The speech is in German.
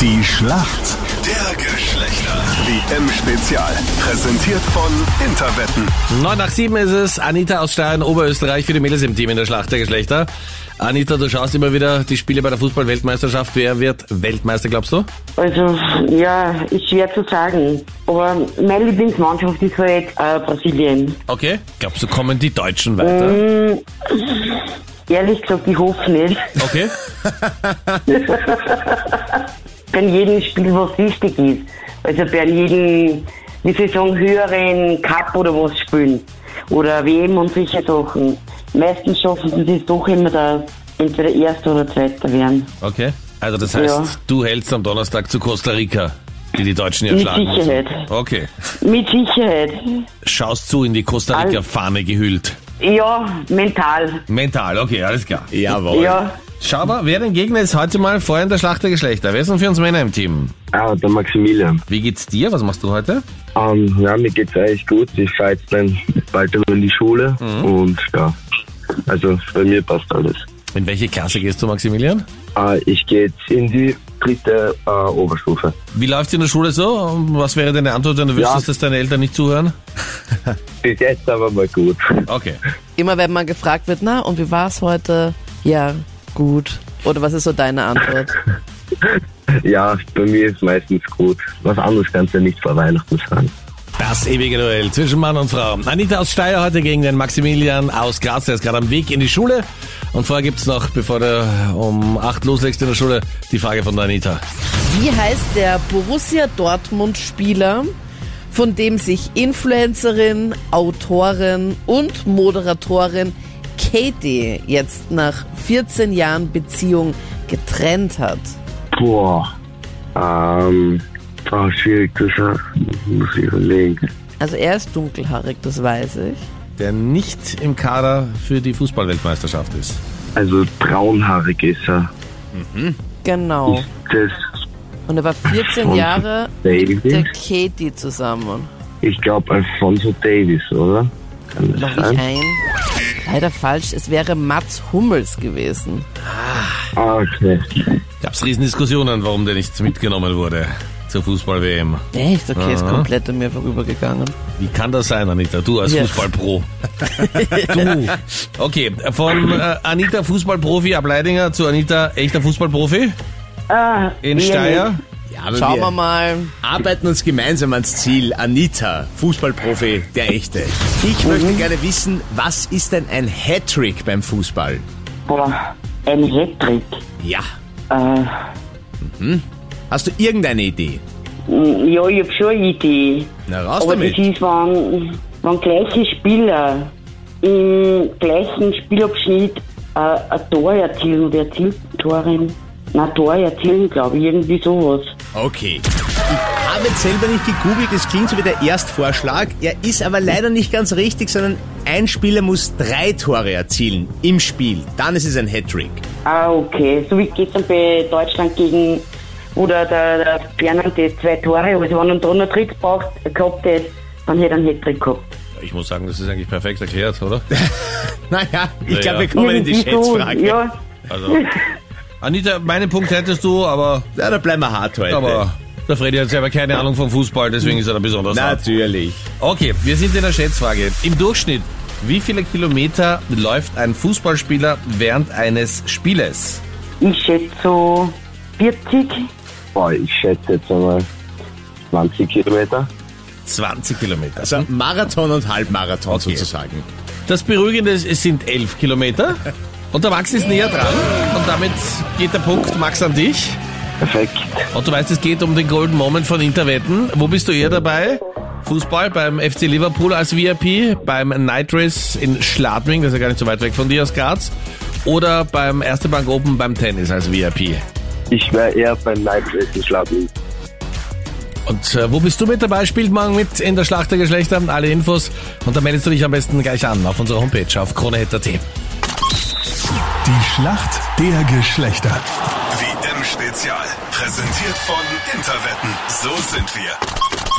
Die Schlacht der Geschlechter. WM-Spezial. Präsentiert von Interwetten. 9 nach 7 ist es. Anita aus Steyr in Oberösterreich für die Mädels im Team in der Schlacht der Geschlechter. Anita, du schaust immer wieder die Spiele bei der Fußball-Weltmeisterschaft. Wer wird Weltmeister, glaubst du? Also, ja, ist schwer zu sagen. Aber meine Lieblingsmannschaft ist halt äh, Brasilien. Okay. Glaubst du, kommen die Deutschen weiter? Hm, ehrlich gesagt, ich hoffe nicht. Okay. Bei jedem Spiel, was wichtig ist. Also bei jedem, wie soll ich sagen, höheren Cup oder was spielen. Oder WM und solche Sachen. Meistens schaffen sie es doch immer, dass entweder Erster oder Zweiter werden. Okay. Also das heißt, Ja. du hältst am Donnerstag zu Costa Rica, die die Deutschen ja Mit schlagen müssen. Sicherheit. Okay. Mit Sicherheit. Schaust zu in die Costa Rica-Fahne gehüllt. Ja, mental. Mental, okay, alles klar. Jawohl. Ja. Schau mal, wer dein Gegner ist heute mal vorher in der Schlacht der Geschlechter. Wer sind für uns Männer im Team? Ah, der Maximilian. Wie geht's dir? Was machst du heute? Ähm, ja, mir geht's eigentlich gut. Ich fahre jetzt dann bald einmal in die Schule Mhm. und ja, also bei mir passt alles. In welche Klasse gehst du, Maximilian? Ah, ich gehe jetzt in die dritte äh, Oberstufe. Wie läuft's in der Schule so? Was wäre deine Antwort, wenn du wüsstest, dass deine Eltern nicht zuhören? Bis jetzt aber mal gut. Okay. Immer wenn man gefragt wird, na und wie war's heute? Ja, gut. Oder was ist so deine Antwort? ja, bei mir ist meistens gut. Was anderes kannst du ja nicht vor Weihnachten sagen. Das ewige Duell zwischen Mann und Frau. Anita aus Steyr heute gegen den Maximilian aus Graz. Der ist gerade am Weg in die Schule. Und vorher gibt's noch, bevor du um 8 loslegst in der Schule, die Frage von der Anita. Wie heißt der Borussia Dortmund Spieler, von dem sich Influencerin, Autorin und Moderatorin Katie jetzt nach 14 Jahren Beziehung getrennt hat? Boah. Ähm, ah, schwierig zu sagen. Muss ich überlegen. Also er ist dunkelhaarig, das weiß ich. Der nicht im Kader für die Fußballweltmeisterschaft ist. Also braunhaarig ist er. Genau. Das, Und er war 14 Und Jahre mit der Baby? Katie zusammen. Ich glaube Alfonso Davis, oder? Kann das Log sein? ich ein. Leider falsch, es wäre Mats Hummels gewesen. Ah, okay. Gab's Riesendiskussionen, warum der nicht mitgenommen wurde zur Fußball-WM. Echt? Okay, ist komplett an mir vorübergegangen. Wie kann das sein, Anita? Du als Ja. Fußballpro. du. Okay, von äh, Anita Fußballprofi Ableidinger zu Anita echter Fußballprofi Ah, in eher Steyr. Ja, aber Schauen wir wir mal. arbeiten uns gemeinsam ans Ziel. Anita, Fußballprofi, der echte. Ich möchte gerne wissen, was ist denn ein Hattrick beim Fußball? nicht. Boah, ein Hattrick. Ja. Äh, Hast du irgendeine Idee? ja, ich hab schon eine Idee. Na, raus Aber damit. das ist, wenn, wenn gleiche Spieler im gleichen Spielabschnitt äh, ein Tor erzielen oder erzielt Torin. Na, Tor erzielen, glaube ich, irgendwie sowas. Okay. Ich habe jetzt selber nicht gegoogelt, es klingt so wie der Erstvorschlag. Er ist aber leider nicht ganz richtig, sondern ein Spieler muss drei Tore erzielen im Spiel. Dann ist es ein Hattrick. Ah, okay. So wie gestern bei Deutschland gegen, oder der, der Fernandes zwei Tore, also wenn er da noch dritt braucht, gehabt hätte, dann hätte er einen Hattrick gehabt. Ich muss sagen, das ist eigentlich perfekt erklärt, oder? Naja, ich Ja, glaube, wir ja. kommen in die Irgendwie so, Schätzfrage. Ja. Ja, Also, Anita, meinen Punkt hättest du, aber, Da bleiben wir hart heute. aber der Freddy hat selber keine Ahnung vom Fußball, deswegen ist er da besonders hart. Natürlich. Okay, wir sind in der Schätzfrage. Im Durchschnitt, wie viele Kilometer läuft ein Fußballspieler während eines Spieles? ich schätze so 40. Boah, ich schätze jetzt einmal 20 Kilometer. 20 Kilometer. Also Marathon und Halbmarathon Okay. sozusagen. Das Beruhigende ist, es sind 11 Kilometer. Und der Max ist näher dran. Und damit geht der Punkt Max an dich. Perfekt. Und du weißt, es geht um den Golden Moment von Interwetten. Wo bist du eher dabei? Fußball beim FC Liverpool als VIP, beim Night Race in Schladming, das ist ja gar nicht so weit weg von dir aus Graz, oder beim Erste Bank Open beim Tennis als VIP. Ich wäre eher beim Leibwesen schlafen. Und äh, wo bist du mit dabei? Spielt morgen mit in der Schlacht der Geschlechter. Alle Infos. Und dann meldest du dich am besten gleich an auf unserer Homepage auf kronehit.at. Die Schlacht der Geschlechter. WM-Spezial. Präsentiert von Interwetten. So sind wir.